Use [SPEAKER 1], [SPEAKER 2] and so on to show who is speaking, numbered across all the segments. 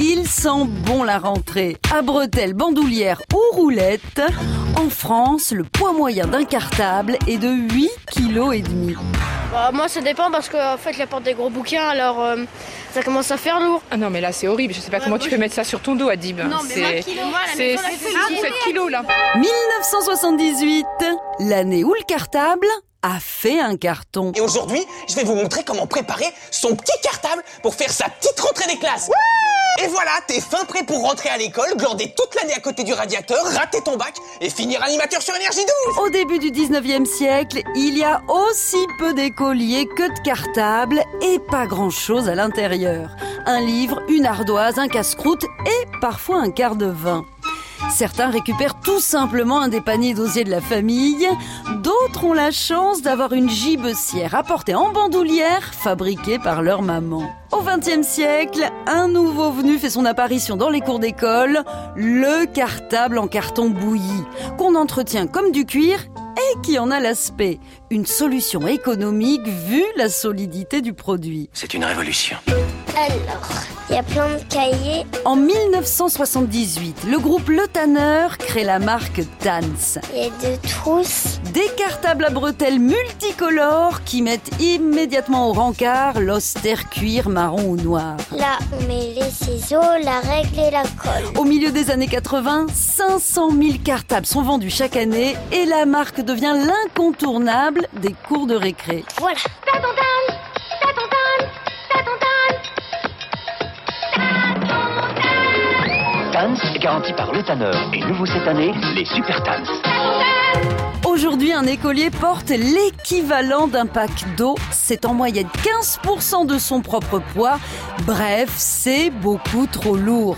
[SPEAKER 1] Il sent bon la rentrée. À bretelles, bandoulière ou roulette, en France, le poids moyen d'un cartable est de 8 kg et demi.
[SPEAKER 2] Bah, moi, ça dépend parce qu'en fait, il apporte des gros bouquins, alors euh, ça commence à faire lourd.
[SPEAKER 3] Ah non, mais là, c'est horrible. Je sais pas comment tu peux mettre ça sur ton dos, Adib. C'est c'est- c'est 7 kilos, là.
[SPEAKER 1] 1978, l'année où le cartable a fait un carton.
[SPEAKER 4] Et aujourd'hui, je vais vous montrer comment préparer son petit cartable pour faire sa petite rentrée des classes. et voilà, t'es fin prêt pour rentrer à l'école, glander toute l'année à côté du radiateur, rater ton bac et finir animateur sur énergie 12
[SPEAKER 1] Au début du 19e siècle, il y a aussi peu d'écoliers que de cartables et pas grand-chose à l'intérieur. Un livre, une ardoise, un casse-croûte et parfois un quart de vin. Certains récupèrent tout simplement un des paniers d'osier de la famille, d'autres ont la chance d'avoir une gibecière apportée en bandoulière fabriquée par leur maman. Au XXe siècle, un nouveau venu fait son apparition dans les cours d'école, le cartable en carton bouilli, qu'on entretient comme du cuir et qui en a l'aspect. Une solution économique vu la solidité du produit.
[SPEAKER 5] C'est une révolution.
[SPEAKER 6] Alors, il y a plein de cahiers.
[SPEAKER 1] En 1978, le groupe Le Tanner crée la marque Tans.
[SPEAKER 6] Il y a deux trousses.
[SPEAKER 1] Des cartables à bretelles multicolores qui mettent immédiatement au rencard l'austère cuir marron ou noir.
[SPEAKER 6] Là, on met les ciseaux, la règle et la colle.
[SPEAKER 1] Au milieu des années 80, 500 000 cartables sont vendus chaque année et la marque devient l'incontournable des cours de récré.
[SPEAKER 6] Voilà.
[SPEAKER 5] Tans est garanti par le tanneur. Et nouveau cette année, les super Tans.
[SPEAKER 1] Aujourd'hui, un écolier porte l'équivalent d'un pack d'eau. C'est en moyenne 15% de son propre poids. Bref, c'est beaucoup trop lourd.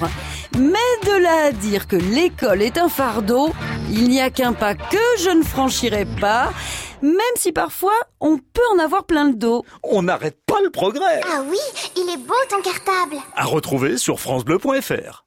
[SPEAKER 1] Mais de là à dire que l'école est un fardeau, il n'y a qu'un pas que je ne franchirai pas, même si parfois on peut en avoir plein le dos.
[SPEAKER 7] On n'arrête pas le progrès
[SPEAKER 6] Ah oui, il est beau ton cartable.
[SPEAKER 7] À retrouver sur francebleu.fr